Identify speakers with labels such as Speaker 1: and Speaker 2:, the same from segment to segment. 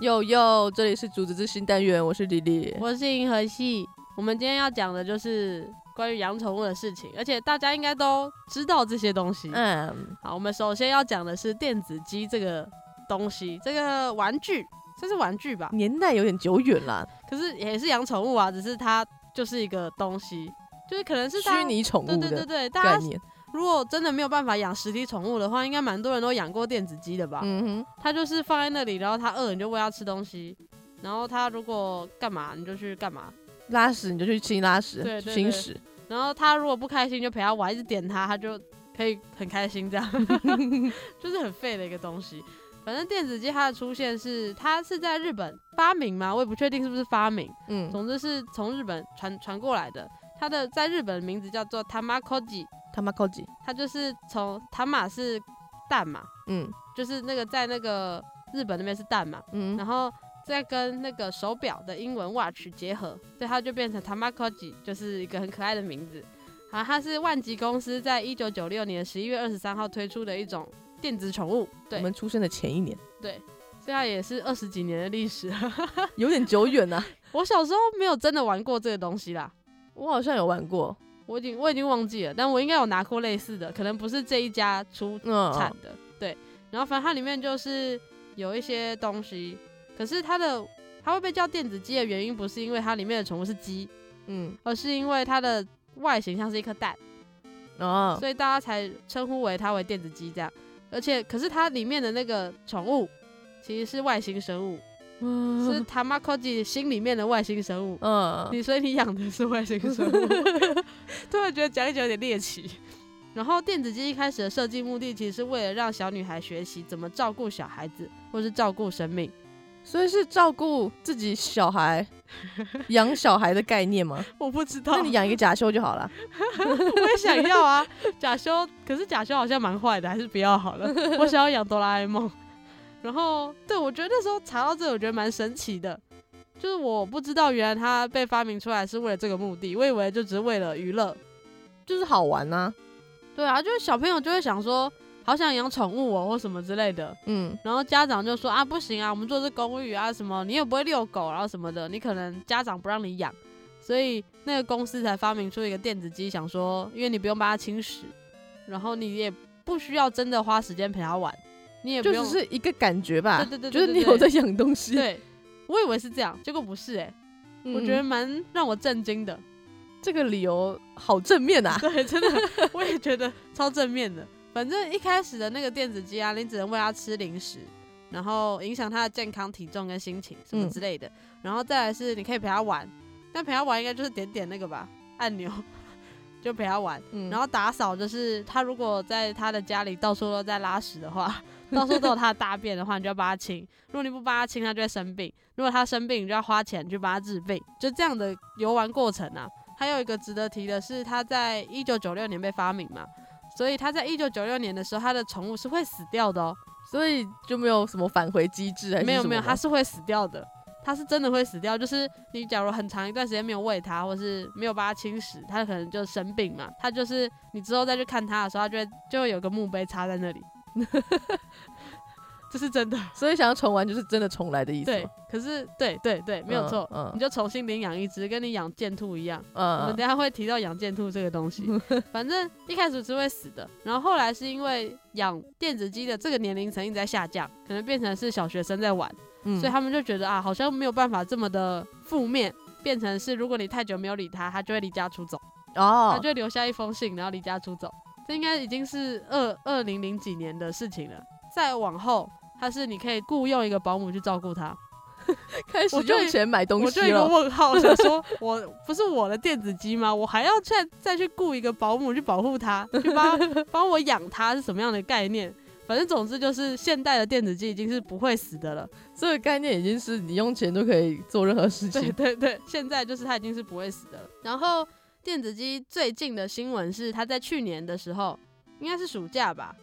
Speaker 1: 哟哟，这里是竹子之星单元，我是李李。
Speaker 2: 我是银河系。我们今天要讲的就是关于养宠物的事情，而且大家应该都知道这些东西。
Speaker 1: 嗯，
Speaker 2: 好，我们首先要讲的是电子鸡这个东西，这个玩具，这是玩具吧？
Speaker 1: 年代有点久远啦，
Speaker 2: 可是也是养宠物啊，只是它就是一个东西，就是可能是大家
Speaker 1: 虚。拟宠物
Speaker 2: 对对对
Speaker 1: 的
Speaker 2: 对，大
Speaker 1: 概
Speaker 2: 家
Speaker 1: 念。
Speaker 2: 如果真的没有办法养实体宠物的话，应该蛮多人都养过电子鸡的吧？
Speaker 1: 嗯哼，
Speaker 2: 它就是放在那里，然后它饿你就喂它吃东西，然后它如果干嘛你就去干嘛，
Speaker 1: 拉屎你就去清拉屎，
Speaker 2: 对对对
Speaker 1: 清屎。
Speaker 2: 然后他如果不开心，就陪他玩，一直点他，他就可以很开心，这样 就是很废的一个东西。反正电子鸡它的出现是它是在日本发明吗？我也不确定是不是发明，
Speaker 1: 嗯，
Speaker 2: 总之是从日本传传过来的。它的在日本的名字叫做 tamakoji，
Speaker 1: 他妈高级。
Speaker 2: 它就是从 tama 是蛋嘛，
Speaker 1: 嗯
Speaker 2: 就是那个在那个日本那边是蛋嘛，
Speaker 1: 嗯，
Speaker 2: 然后再跟那个手表的英文 watch 结合，所以它就变成 Tamakoji，就是一个很可爱的名字。好，它是万吉公司在一九九六年十一月二十三号推出的一种电子宠物，
Speaker 1: 我
Speaker 2: 对
Speaker 1: 们出生的前一年，
Speaker 2: 对，所以它也是二十几年的历史 了。
Speaker 1: 有点久远 呐。
Speaker 2: 我小时候没有真的玩过这个东西啦，
Speaker 1: 我好像有玩过，
Speaker 2: 我已经我已经忘记了，但我应该有拿过类似的，可能不是这一家出
Speaker 1: 嗯，
Speaker 2: 产的，对。然后反正它里面就是有一些东西，可是它的它会被叫电子鸡的原因，不是因为它里面的宠物是鸡，
Speaker 1: 嗯
Speaker 2: 而是因为它的外形像是一颗蛋，
Speaker 1: 哦，
Speaker 2: 所以大家才称呼为它为电子鸡这样。而且，可是它里面的那个宠物其实是外星生物，是
Speaker 1: 嗯
Speaker 2: Tamakoji 心里面的外星生物。
Speaker 1: 嗯，
Speaker 2: 你所以你养的是外星 生物，突然觉得讲一讲有点猎奇。然后电子鸡一开始的设计目的，其实是为了让小女孩学习怎么照顾小孩子，或是照顾生命。
Speaker 1: 所以是照顾自己小孩、 养小孩的概念吗？
Speaker 2: 我不知道，
Speaker 1: 那你养一个假修就好了。
Speaker 2: 我也想要啊。假修，可是假修好像蛮坏的，还是不要好了。我想要养哆啦 A 梦。然后，对我觉得那时候查到这，我觉得蛮神奇的，就是我不知道原来它被发明出来是为了这个目的，我以为就只是为了娱乐。
Speaker 1: 就是好玩呐、
Speaker 2: 对啊，就是小朋友就会想说，好想养宠物哦，或什么之类的。
Speaker 1: 嗯，
Speaker 2: 然后家长就说啊，不行啊，我们住的是公寓啊，什么你也不会遛狗，然后什么的，你可能家长不让你养，所以那个公司才发明出一个电子鸡，想说，因为你不用帮它清屎，然后你也不需要真的花时间陪它玩，你也不
Speaker 1: 就
Speaker 2: 用
Speaker 1: 只是一个感觉吧。
Speaker 2: 对对对对
Speaker 1: 就是你有在养东西。
Speaker 2: 对，我以为是这样，结果不是哎、
Speaker 1: 嗯
Speaker 2: 我觉得蛮让我震惊的，
Speaker 1: 这个理由好正面啊。
Speaker 2: 对，真的，我也觉得超正面的。反正一开始的那个电子鸡啊，你只能喂它吃零食，然后影响它的健康、体重跟心情什么
Speaker 1: 嗯
Speaker 2: 之类的。然后再来是你可以陪它玩，但陪它玩应该就是点点那个吧按钮， 就陪它玩。
Speaker 1: 嗯
Speaker 2: 然后打扫就是它如果在它的家里到处都在拉屎的话，到处都有它的大便的话，你就要帮它清。如果你不帮它清，它就会生病。如果它生病，你就要花钱去帮它治病。就这样的游玩过程啊。还有一个值得提的是，它在一九九六年被发明嘛，所以它在一九九六年的时候，它的宠物是会死掉的哦。
Speaker 1: 所以就没有什么返回机制还是
Speaker 2: 没有
Speaker 1: 什么
Speaker 2: 没有，
Speaker 1: 吗
Speaker 2: 它是会死掉的，它是真的会死掉。就是你假如很长一段时间没有喂它，或是没有把它清洗，它可能就生病嘛。它就是你之后再去看它的时候，它就会就会有个墓碑插在那里， 这是真的。
Speaker 1: 所以想要重玩就是真的重来的意思吗。
Speaker 2: 对，可是对对对，没有错，
Speaker 1: 嗯
Speaker 2: 你就重新领养一只，跟你养剑兔一样。我
Speaker 1: 嗯
Speaker 2: 们
Speaker 1: 嗯
Speaker 2: 等一下会提到养剑兔这个 东西。反正一开始是会死的，然后后来是因为养电子鸡的这个年龄层一直在下降，可能变成是小学生在玩，
Speaker 1: 嗯
Speaker 2: 所以他们就觉得啊，好像没有办法这么的负面，变成是如果你太久没有理它，它就会离家出走，它
Speaker 1: 哦
Speaker 2: 就会留下一封信，然后离家出走。这应该已经是二二零零几年的事情了。再往后，它是你可以雇佣一个保姆去照顾它，
Speaker 1: 开始
Speaker 2: 我就
Speaker 1: 用钱买东
Speaker 2: 我
Speaker 1: 西哦
Speaker 2: 就一个
Speaker 1: 了。
Speaker 2: 问号，我想 说我不是我的电子鸡吗？我还要再再去雇一个保姆去保护它，去 帮它帮我养它是什么样的概念？反正总之就是现代的电子鸡已经是不会死的了。
Speaker 1: 这个概念已经是你用钱就可以做任何事
Speaker 2: 对
Speaker 1: 情。
Speaker 2: 对对，现在就是它已经是不会死的了。然后电子鸡最近的新闻是，它在去年的时候，应该是暑假吧，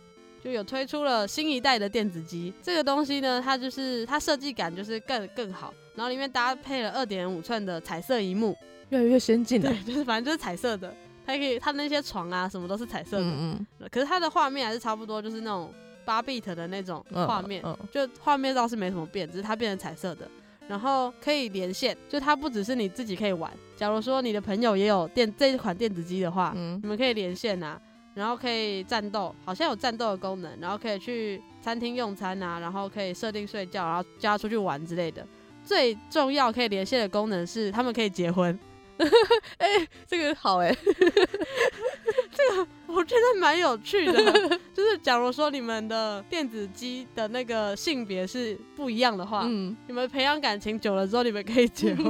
Speaker 2: 就有推出了新一代的电子鸡。这个东西呢，它就是它设计感就是更更好，然后里面搭配了二点五寸的彩色荧幕，
Speaker 1: 越来越先进了。
Speaker 2: 对，就是反正就是彩色的。它可以，它那些床啊什么都是彩色的，
Speaker 1: 嗯嗯，
Speaker 2: 可是它的画面还是差不多，就是那种八 bit 的那种
Speaker 1: 嗯
Speaker 2: 画面，
Speaker 1: 嗯，
Speaker 2: 就画面倒是没什么变，只是它变成彩色的。然后可以连线，就它不只是你自己可以玩。假如说你的朋友也有电这一款电子机的话，
Speaker 1: 嗯
Speaker 2: 你们可以连线啊，然后可以战斗，好像有战斗的功能，然后可以去餐厅用餐啊，然后可以设定睡觉，然后加出去玩之类的。最重要可以连线的功能是他们可以结婚，
Speaker 1: 这个好哎、
Speaker 2: 我觉得蛮有趣 的。啊就是假如说你们的电子机的那个性别是不一样的话，
Speaker 1: 嗯，
Speaker 2: 你们培养感情久了之后，你们可以结 婚。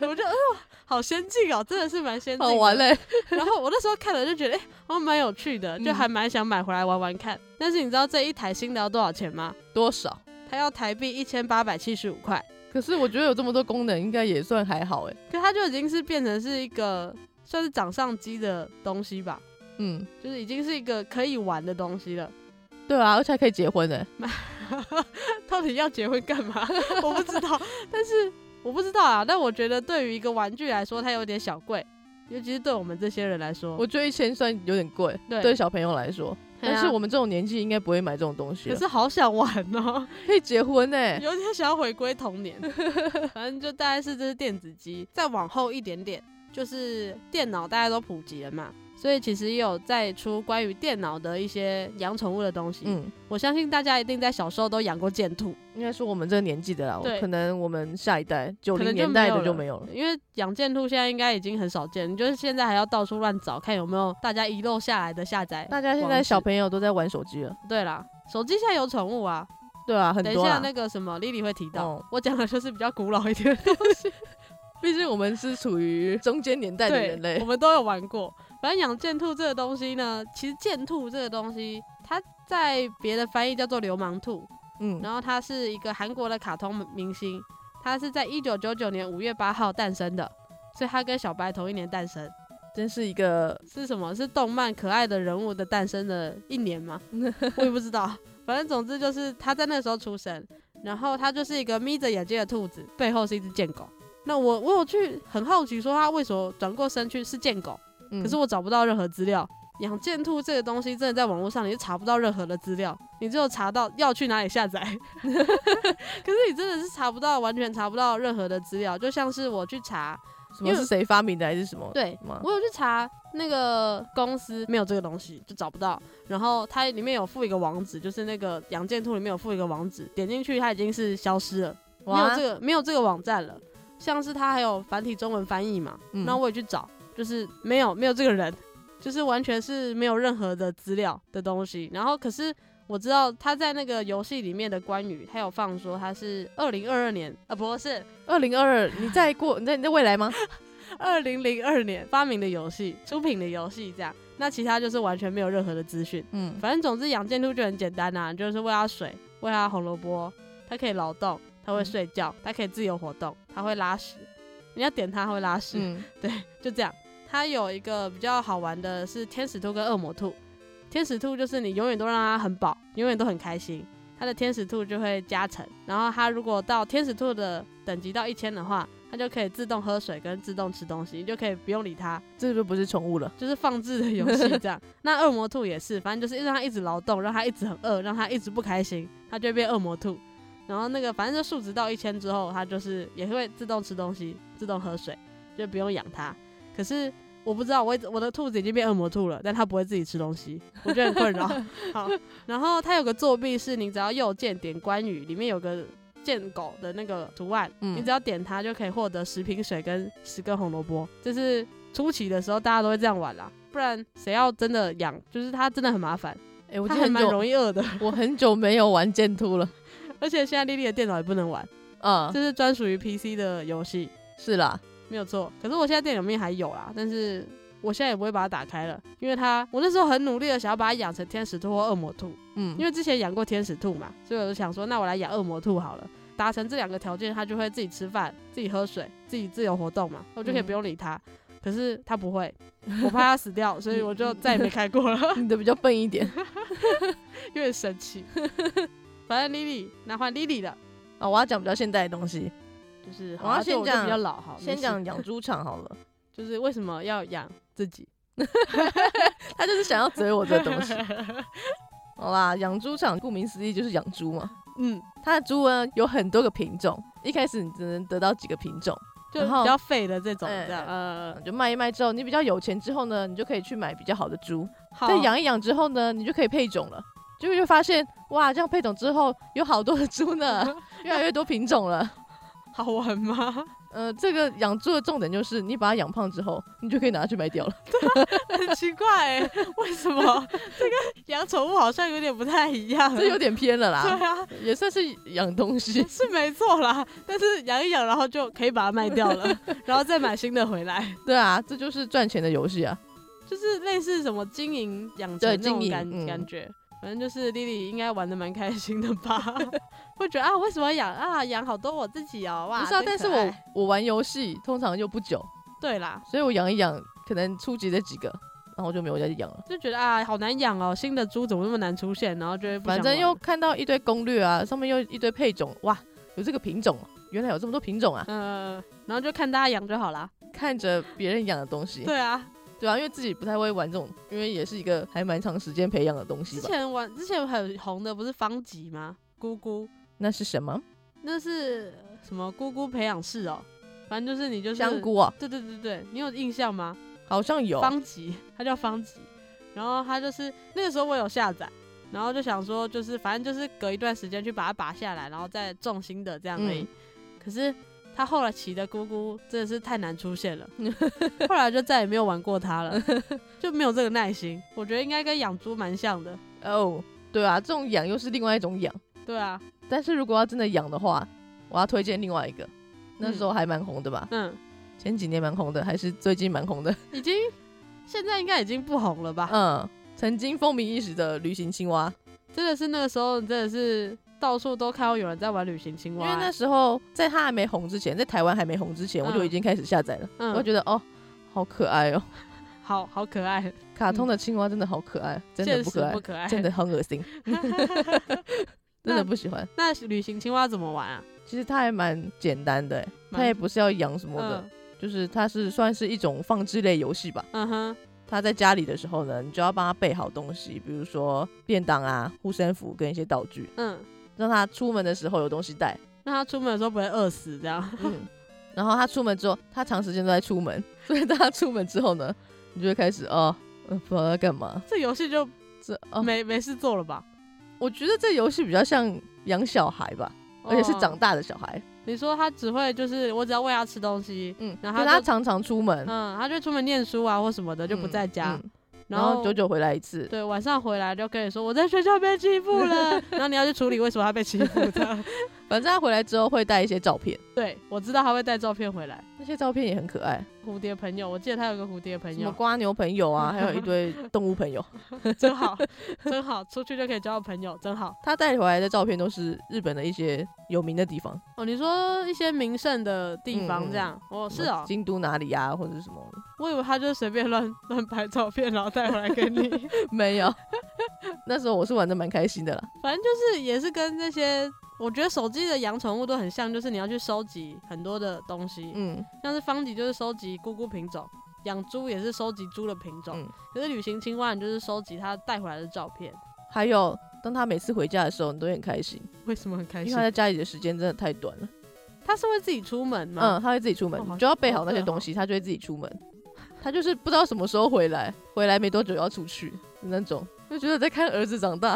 Speaker 2: 我就哎呦，好先进哦，真的是蛮先进
Speaker 1: 好
Speaker 2: 的。
Speaker 1: 玩嘞、
Speaker 2: 然后我那时候看了就觉得，哎、好像蛮有趣的，就
Speaker 1: 嗯
Speaker 2: 还蛮想买回来玩玩看。但是你知道这一台新的要多少钱吗？
Speaker 1: 多少？
Speaker 2: 它要台币一千八百七十五块，
Speaker 1: 可是我觉得有这么多功能，应该也算还好哎、
Speaker 2: 可它就已经是变成是一个算是掌上机的东西吧，
Speaker 1: 嗯，
Speaker 2: 就是已经是一个可以玩的东西了。
Speaker 1: 对啊，而且还可以结婚哎、
Speaker 2: 到底要结婚干嘛？ 我不 知道，但是我不知道啊。但我觉得对于一个玩具来说，它有点小贵，尤其是对我们这些人来说。
Speaker 1: 我觉得一千算有点贵，
Speaker 2: 对啊
Speaker 1: 对小啊朋友来说。但是我们这种年纪应该不会买这种东西
Speaker 2: 可
Speaker 1: 了，
Speaker 2: 是好想玩哦、
Speaker 1: 可以结婚呢、
Speaker 2: 有点想要回归童年。反正就大概是这是电子机，再往后一点点就是电脑，大家都普及了嘛，所以其实也有再出关于电脑的一些养宠物的东西。
Speaker 1: 嗯，
Speaker 2: 我相信大家一定在小时候都养过剑兔，
Speaker 1: 应该说我们这个年纪的啦，
Speaker 2: 对
Speaker 1: 可能我们下一代九
Speaker 2: 可
Speaker 1: 零
Speaker 2: 能就
Speaker 1: 年
Speaker 2: 没
Speaker 1: 代
Speaker 2: 有
Speaker 1: 的
Speaker 2: 了
Speaker 1: 就没有了。
Speaker 2: 因为养剑兔现在应该已经很少见，你就是现在还要到处乱找，看有没有大家遗漏下来的下载。
Speaker 1: 大家现
Speaker 2: 网
Speaker 1: 在
Speaker 2: 址
Speaker 1: 小朋友都在玩手机了，
Speaker 2: 对啦，手机现在有宠物啊，
Speaker 1: 对啊，很
Speaker 2: 等一
Speaker 1: 多
Speaker 2: 下
Speaker 1: 啦。
Speaker 2: 那个什么丽丽会提到，
Speaker 1: 哦
Speaker 2: 我讲的就是比较古老一点的
Speaker 1: 毕竟我们是处于中间年代的
Speaker 2: 对，
Speaker 1: 人类
Speaker 2: 我，们都有玩过。反正养剑兔这个东西呢，其实剑兔这个东西，它在别的翻译叫做流氓兔，
Speaker 1: 嗯，
Speaker 2: 然后它是一个韩国的卡通明星，它是在一九九九年五月八号诞生的，所以它跟小白同一年诞生，
Speaker 1: 真是一个
Speaker 2: 是什么？是动漫可爱的人物的诞生的一年吗？我也不知道，反正总之就是它在那时候出生，然后它就是一个眯着眼睛的兔子，背后是一只剑狗。那我我有去很好奇，说它为什么转过身去是剑狗？
Speaker 1: 嗯
Speaker 2: 可是我找不到任何资料。养剑兔这个东西真的在网络上你是查不到任何的资料，你只有查到要去哪里下载，可是你真的是查不到，完全查不到任何的资料。就像是我去查，
Speaker 1: 什
Speaker 2: 因
Speaker 1: 么
Speaker 2: 为
Speaker 1: 是谁发明的还是什么？
Speaker 2: 对
Speaker 1: 吗？
Speaker 2: 我有去查那个公司没有这个东西，就找不到。然后它里面有附一个网址，就是那个养剑兔里面有附一个网址，点进去它已经是消失了，没有
Speaker 1: 哇
Speaker 2: 这个没有这个网站了。像是它还有繁体中文翻译嘛，
Speaker 1: 嗯
Speaker 2: 然后我也去找，就是没有没有这个人，就是完全是没有任何的资料的东西。然后可是我知道他在那个游戏里面的关羽，他有放说他是二零二二年啊，不是
Speaker 1: 二零二二，你在过你在你在未来吗？
Speaker 2: 二零零二年发明的游戏，出品的游戏这样。那其他就是完全没有任何的资讯。
Speaker 1: 嗯，
Speaker 2: 反正总之养剑兔就很简单呐、就是喂它水，喂它红萝卜，它可以劳动，它会
Speaker 1: 嗯
Speaker 2: 睡觉，它可以自由活动，它会拉屎。你要点它，它会拉屎。
Speaker 1: 嗯，
Speaker 2: 就这样。它有一个比较好玩的是天使兔跟恶魔兔。天使兔就是你永远都让它很饱，永远都很开心，它的天使兔就会加成。然后它如果到天使兔的等级到一千的话，它就可以自动喝水跟自动吃东西，你就可以不用理它，
Speaker 1: 这就不是宠物了。
Speaker 2: 就是放置的游戏这样。那恶魔兔也是，反正就是让它一直劳动，让它一直很饿，让它一直不开心，它就会变恶魔兔。然后那个反正就数值到一千之后，它就是也会自动吃东西、自动喝水，就不用养它。可是我不知道，我一直我的兔子已经变恶魔兔了，但它不会自己吃东西，我觉得很困扰。好，然后它有个作弊是，你只要右键点关羽，里面有个。箭狗的那个图案，
Speaker 1: 嗯
Speaker 2: 你只要点它就可以获得十瓶水跟十根红萝卜，这是初期的时候大家都会这样玩啦，不然谁要真的养，就是它真的很麻烦，
Speaker 1: 哎，我
Speaker 2: 它
Speaker 1: 今
Speaker 2: 还
Speaker 1: 天
Speaker 2: 蛮
Speaker 1: 很久
Speaker 2: 容易饿的。
Speaker 1: 我很久没有玩剑突了。
Speaker 2: 而且现在莉莉的电脑也不能玩，
Speaker 1: 啊，
Speaker 2: 这是专属于 PC 的游戏，
Speaker 1: 是啦，
Speaker 2: 没有错。可是我现在电脑里面还有啦，但是我现在也不会把它打开了，因为它我那时候很努力的想要把它养成天使兔或恶魔兔，
Speaker 1: 嗯，
Speaker 2: 因为之前养过天使兔嘛，所以我就想说，那我来养恶魔兔好了。达成这两个条件，它就会自己吃饭、自己喝水、自己自由活动嘛，我就
Speaker 1: 嗯
Speaker 2: 可以不用理它。可是它不会，我怕它死掉，所以我就再也没开过 了。
Speaker 1: 你的比较笨一点
Speaker 2: 越生气。 反正 Lily，那换 Lily 了，
Speaker 1: 啊。我要讲比较现代的东西，
Speaker 2: 就是好
Speaker 1: 我要
Speaker 2: 像对
Speaker 1: 先
Speaker 2: 就
Speaker 1: 讲
Speaker 2: 比较老好，没
Speaker 1: 先
Speaker 2: 事
Speaker 1: 讲养猪场好 了。
Speaker 2: 就是为什么要养自己。
Speaker 1: 他就是想要追我这个东西。好啦，养猪场顾名思义就是养猪嘛。
Speaker 2: 嗯，
Speaker 1: 它的猪呢有很多个品种，一开始你只能得到几个品种，
Speaker 2: 就
Speaker 1: 然后
Speaker 2: 比较废的这种
Speaker 1: 哎
Speaker 2: 这样，呃，
Speaker 1: 就卖一卖之后，你比较有钱之后呢，你就可以去买比较好的猪。
Speaker 2: 好
Speaker 1: 再养一养之后呢，你就可以配种了。结果就发现，哇，这样配种之后有好多的猪 呢，越来越多品种了。
Speaker 2: 好玩吗？
Speaker 1: 呃，这个养猪的重点就是，你把它养胖之后，你就可以拿去卖掉了。
Speaker 2: 很奇怪、欸，为什么这个养宠物好像有点不太一 样？
Speaker 1: 这有点偏了啦，
Speaker 2: 对啊，。
Speaker 1: 也算是养东西
Speaker 2: 是没错啦，但是养一养，然后就可以把它卖掉了，然后再买新的回来，
Speaker 1: 对啊，这就是赚钱的游戏啊。
Speaker 2: 就是类似什么经营养成
Speaker 1: 对
Speaker 2: 那种
Speaker 1: 经营
Speaker 2: 感、
Speaker 1: 嗯
Speaker 2: 感觉。反正就是莉莉应该玩的蛮开心的吧， 会觉得啊，为什么养啊养好多我自己哦，哇，
Speaker 1: 不是啊，
Speaker 2: 真
Speaker 1: 但是
Speaker 2: 可爱
Speaker 1: 我我玩游戏通常又不久，
Speaker 2: 对啦，
Speaker 1: 所以我养一养，可能初级的几个，然后就没有再去养了。
Speaker 2: 就觉得啊，好难养哦，新的猪怎么那么难出现，然后就会不想
Speaker 1: 反正
Speaker 2: 玩
Speaker 1: 又看到一堆攻略啊，上面又一堆配种，哇，有这个品种哦，原来有这么多品种啊！
Speaker 2: 嗯、然后就看大家养就好啦。
Speaker 1: 看着别人养的东西，
Speaker 2: 对啊，
Speaker 1: 对啊，因为自己不太会玩这种，因为也是一个还蛮长时间培养的东西
Speaker 2: 之
Speaker 1: 吧。
Speaker 2: 前玩之前很红的不是方吉吗？姑姑，
Speaker 1: 那是什么？
Speaker 2: 那是呃什么姑姑培养室哦，反正就是你就是
Speaker 1: 香。菇啊，
Speaker 2: 对对对对，你有印象吗？
Speaker 1: 好像有。
Speaker 2: 方吉，它叫方吉，然后它就是那个时候我有下载，然后就想说就是反正就是隔一段时间去把它拔下来，然后再种新的这样而已。
Speaker 1: 嗯
Speaker 2: 可是它后来骑的姑姑真的是太难出现 了，后来就再也没有玩过它了，就没有这个耐心。我觉得应该跟养猪蛮像的，
Speaker 1: 哦，对啊，这种养又是另外一种养。
Speaker 2: 对啊，
Speaker 1: 但是如果要真的养的话，我要推荐另外一个，那时候还蛮红的吧，
Speaker 2: 嗯，
Speaker 1: 前几年蛮红的，还是最近蛮 红的。
Speaker 2: 已经现在应该已经不红了吧？
Speaker 1: 嗯，曾经风靡一时的旅行青蛙，
Speaker 2: 真的是那个时候，真的是到处都看到有人在玩旅行青
Speaker 1: 因
Speaker 2: 蛙、
Speaker 1: 为那
Speaker 2: 欸
Speaker 1: 时候在它还没红之前，在台湾还没红之前，
Speaker 2: 嗯
Speaker 1: 我就已经开始下载了。
Speaker 2: 嗯
Speaker 1: 我觉得哦，好可爱哦，
Speaker 2: 好好可爱，
Speaker 1: 卡通的青蛙真的好可爱，真的
Speaker 2: 现
Speaker 1: 不
Speaker 2: 嗯实
Speaker 1: 可爱
Speaker 2: 不，可爱，
Speaker 1: 真的很恶心，真的不喜欢。
Speaker 2: 那旅行青蛙怎么玩啊？
Speaker 1: 其实它还蛮简单的欸，
Speaker 2: 蛮
Speaker 1: 它也不是要养什么的，
Speaker 2: 嗯
Speaker 1: 就是它是算是一种放置类游戏吧。
Speaker 2: 嗯哼，
Speaker 1: 它在家里的时候呢，你就要帮它备好东西，比如说便当啊、护身符跟一些道具，
Speaker 2: 嗯，
Speaker 1: 让它出门的时候有东西带。
Speaker 2: 那他出门的时候不会饿死这样？
Speaker 1: 嗯， 然后它出门之后，它长时间都在出门，所以当它出门之后呢，你就会开始哦，呃不知道在干嘛。
Speaker 2: 这游戏就
Speaker 1: 这哦，
Speaker 2: 没没事做了吧？
Speaker 1: 我觉得这游戏比较像养小孩吧，而且是长
Speaker 2: 哦，
Speaker 1: 大的小孩。
Speaker 2: 你说他只会就是我只要喂他吃东西，
Speaker 1: 嗯，然
Speaker 2: 然后
Speaker 1: 后
Speaker 2: 它
Speaker 1: 它
Speaker 2: 就
Speaker 1: 常常出门，
Speaker 2: 嗯，他就出门念书啊或什么的就不
Speaker 1: 嗯
Speaker 2: 在家，
Speaker 1: 嗯然后久久回来一次。
Speaker 2: 对晚上回来就跟你说我在学校被欺负 了，然后你要去处理为什么他被欺负的。
Speaker 1: 反正他回来之后会带一些照片，
Speaker 2: 对，我知道他会带照片回来。
Speaker 1: 那些照片也很可爱，
Speaker 2: 蝴蝶朋友，我记得他有个蝴蝶朋
Speaker 1: 什么
Speaker 2: 友，
Speaker 1: 瓜牛朋友 啊，还有一堆动物朋友。
Speaker 2: 真好，真好，出去就可以交到朋友，真好。
Speaker 1: 他带回来的照片都是日本的一些有名的地方，
Speaker 2: 哦，你说一些名胜的地
Speaker 1: 嗯
Speaker 2: 方
Speaker 1: 嗯
Speaker 2: 这样，哦，是
Speaker 1: 什么
Speaker 2: 哦，
Speaker 1: 京都哪里啊，或者是什 么？
Speaker 2: 我以为他就是随便乱乱拍照片，然后带回来给 你。
Speaker 1: 没有， 那时候我是玩的蛮开心的啦。
Speaker 2: 反正就是也是跟那些，我觉得手机的养宠物都很像，就是你要去收集很多的东西，
Speaker 1: 嗯，
Speaker 2: 像是方吉就是收集姑姑品种，养猪也是收集猪的品种，
Speaker 1: 嗯
Speaker 2: 可是旅行青蛙你就是收集它带回来的照片。
Speaker 1: 还有当他每次回家的时候，你都会很开心，
Speaker 2: 为什么很开
Speaker 1: 因为
Speaker 2: 心
Speaker 1: 他？在家里的时间真的太短了。
Speaker 2: 它是会自己出门吗？
Speaker 1: 嗯，他会自己出门，
Speaker 2: 哦好
Speaker 1: 你就要备好那
Speaker 2: 好
Speaker 1: 些
Speaker 2: 热哦
Speaker 1: 东西，他就会自己出门。他就是不知道什么时候回来，回来没多久要出去的那种，就觉得在看儿子长 大，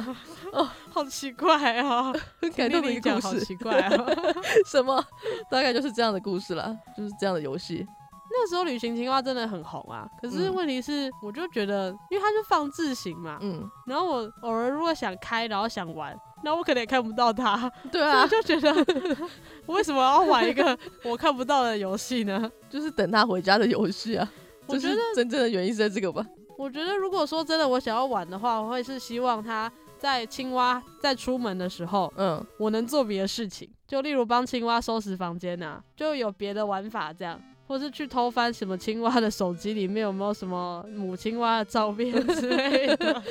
Speaker 2: 好奇怪 哦，
Speaker 1: 很感动的一
Speaker 2: 你
Speaker 1: 个
Speaker 2: 讲
Speaker 1: 故
Speaker 2: 好
Speaker 1: 事。
Speaker 2: 奇怪哦。
Speaker 1: 什么？大概就是这样的故事啦，就是这样的游戏。
Speaker 2: 那时候旅行青蛙真的很红啊，可是
Speaker 1: 嗯
Speaker 2: 问题是，我就觉得，因为它是放置型嘛，
Speaker 1: 嗯，
Speaker 2: 然后我偶尔如果想开，然后想玩，那我可能也看不到它，
Speaker 1: 对
Speaker 2: 所以我
Speaker 1: 啊，
Speaker 2: 就觉得 我为什么要玩一个我看不到的游戏呢？
Speaker 1: 就是等他回家的游戏啊。
Speaker 2: 我
Speaker 1: 就
Speaker 2: 觉
Speaker 1: 是
Speaker 2: 得，
Speaker 1: 真正的原因是在这个吧？
Speaker 2: 我觉得如果说真的我想要玩的话，我会是希望它在青蛙在出门的时候，
Speaker 1: 嗯，
Speaker 2: 我能做别的事情，就例如帮青蛙收拾房间啊，就有别的玩法这样，或是去偷翻什么青蛙的手机里面有没有什么母青蛙的照片之类的，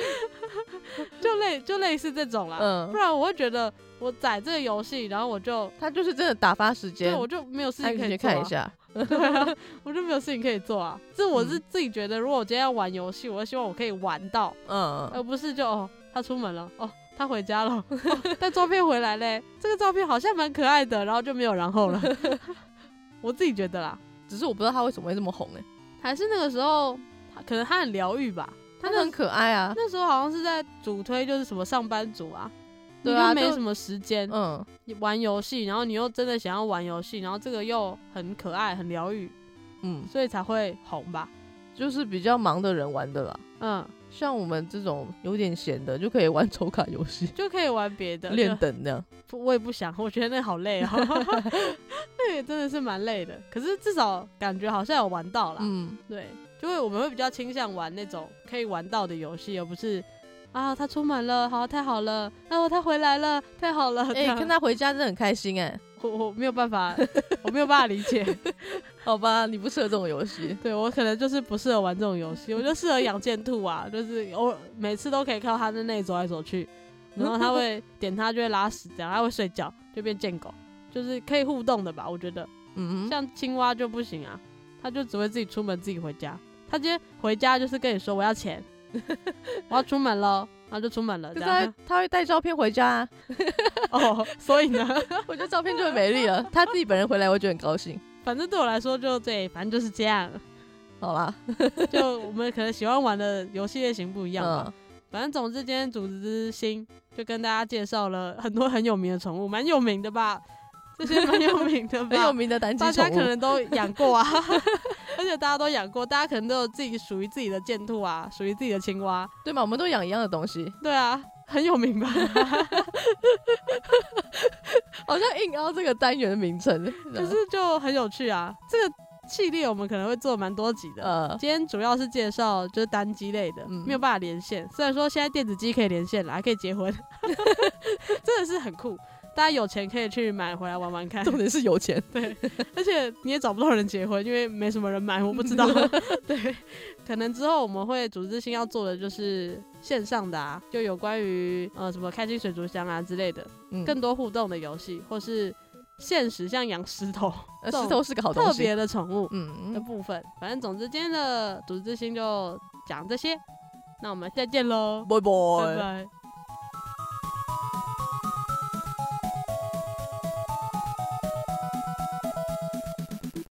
Speaker 2: 就类就类似这种啦。
Speaker 1: 嗯
Speaker 2: 不然我会觉得我载这个游戏，然后我就
Speaker 1: 他就是真的打发时间
Speaker 2: 对，啊我就没有事
Speaker 1: 还
Speaker 2: 情
Speaker 1: 可以
Speaker 2: 可以
Speaker 1: 哎去
Speaker 2: 做、
Speaker 1: 看一
Speaker 2: 啊，
Speaker 1: 下。
Speaker 2: 对啊，我就没有事情可以做啊。这我是
Speaker 1: 嗯
Speaker 2: 自己觉得，如果我今天要玩游戏，我会希望我可以玩到，
Speaker 1: 嗯，
Speaker 2: 而不是就哦。他出门了，哦，他回 家了，哦、带照片回来嘞，这个照片好像蛮可爱的，然后就没有然后 了。 我自己觉得啦，
Speaker 1: 只是我不知道他为什么会这么红哎、
Speaker 2: 还是那个时候，他可能他很疗愈吧。他
Speaker 1: 他
Speaker 2: 那
Speaker 1: 很可爱啊，
Speaker 2: 那时候好像是在主推就是什么上班族啊，你
Speaker 1: 对
Speaker 2: 就
Speaker 1: 啊
Speaker 2: 没
Speaker 1: 就
Speaker 2: 什么时间、
Speaker 1: 嗯，
Speaker 2: 你玩游戏，然后你又真的想要玩游戏，然后这个又很可爱、很疗愈，
Speaker 1: 嗯，
Speaker 2: 所以才会红吧。
Speaker 1: 就是比较忙的人玩的啦。
Speaker 2: 嗯，，
Speaker 1: 像我们这种有点闲的，就可以玩抽卡游戏
Speaker 2: 就可以玩别的。
Speaker 1: 练
Speaker 2: 啊就
Speaker 1: 等那样。
Speaker 2: 不我也不想，我觉得那好累 哦，那也真的是蛮累的。可是至少感觉好像有玩到啦。
Speaker 1: 嗯，
Speaker 2: 对，就会我们会比较倾向玩那种可以玩到的游戏，而不是啊他出门了，好太好了，哦他回来了，太好了。这
Speaker 1: 哎、
Speaker 2: 样
Speaker 1: 跟他回家真的很开心哎、
Speaker 2: 我我没有办法，我没有办法理 解。。
Speaker 1: 好吧，你不适合这种游戏
Speaker 2: 对我可能就是不适合玩这种游戏，我就适合养剑兔啊，就是我每次都可以看到它在那里走来走去，然 后它会点它就会拉屎，这样它会睡觉就变贱狗，就是可以互动的吧？我觉得
Speaker 1: 嗯哼，
Speaker 2: 像青蛙就不行啊，它就只会自己出门自己回家，它今天回家就是跟你说我要钱， 我要出门喽，然后就出门了，
Speaker 1: 可
Speaker 2: 这
Speaker 1: 是他
Speaker 2: 样
Speaker 1: 会他会带照片回家、啊，
Speaker 2: 哦，所以呢，
Speaker 1: 我觉得照片就很美丽了。他自己本人回来，我觉得很高兴。
Speaker 2: 反正对我来说就对，反正就是这样，
Speaker 1: 好啦，
Speaker 2: 就我们可能喜欢玩的游戏类型不一样吧。
Speaker 1: 嗯，
Speaker 2: 反正总之，今天组织之星就跟大家介绍了很多很有名的宠物，蛮有名 的吧？这些蛮有名的
Speaker 1: 很有
Speaker 2: 吧？
Speaker 1: 名的单机
Speaker 2: 大
Speaker 1: 宠物，
Speaker 2: 家可能都养过啊， 而且大家都养过，大家可能都有自己属于自己的剑兔啊，属于自己的青蛙，
Speaker 1: 对嘛？我们都养一样的东西，
Speaker 2: 对啊，很有 名吧？
Speaker 1: 好像硬凹这个单元的名称。
Speaker 2: 可是就很有趣啊。这个系列我们可能会做蛮多集的。
Speaker 1: 呃，
Speaker 2: 今天主要是介绍就是单机类的，
Speaker 1: 嗯
Speaker 2: 没有办法连线。虽然说现在电子机可以连线了，还可以结婚， 真的是很酷。大家有钱可以去买回来玩玩看，
Speaker 1: 重点是有钱。
Speaker 2: 而且你也找不到人结婚，因为没什么人买，我不 知道。 对，可能之后我们会组织性要做的就是线上的啊，就有关于呃什么开心水族箱啊之类的，
Speaker 1: 嗯，
Speaker 2: 更多互动的游戏，或是现实像养石头
Speaker 1: 呃石头是个好东
Speaker 2: 特
Speaker 1: 西。
Speaker 2: 别的宠物，的
Speaker 1: 嗯，
Speaker 2: 部分。反正总之今天的组织星就讲这些，那我们再见喽，
Speaker 1: 拜
Speaker 2: 拜
Speaker 1: 拜。
Speaker 2: 拜。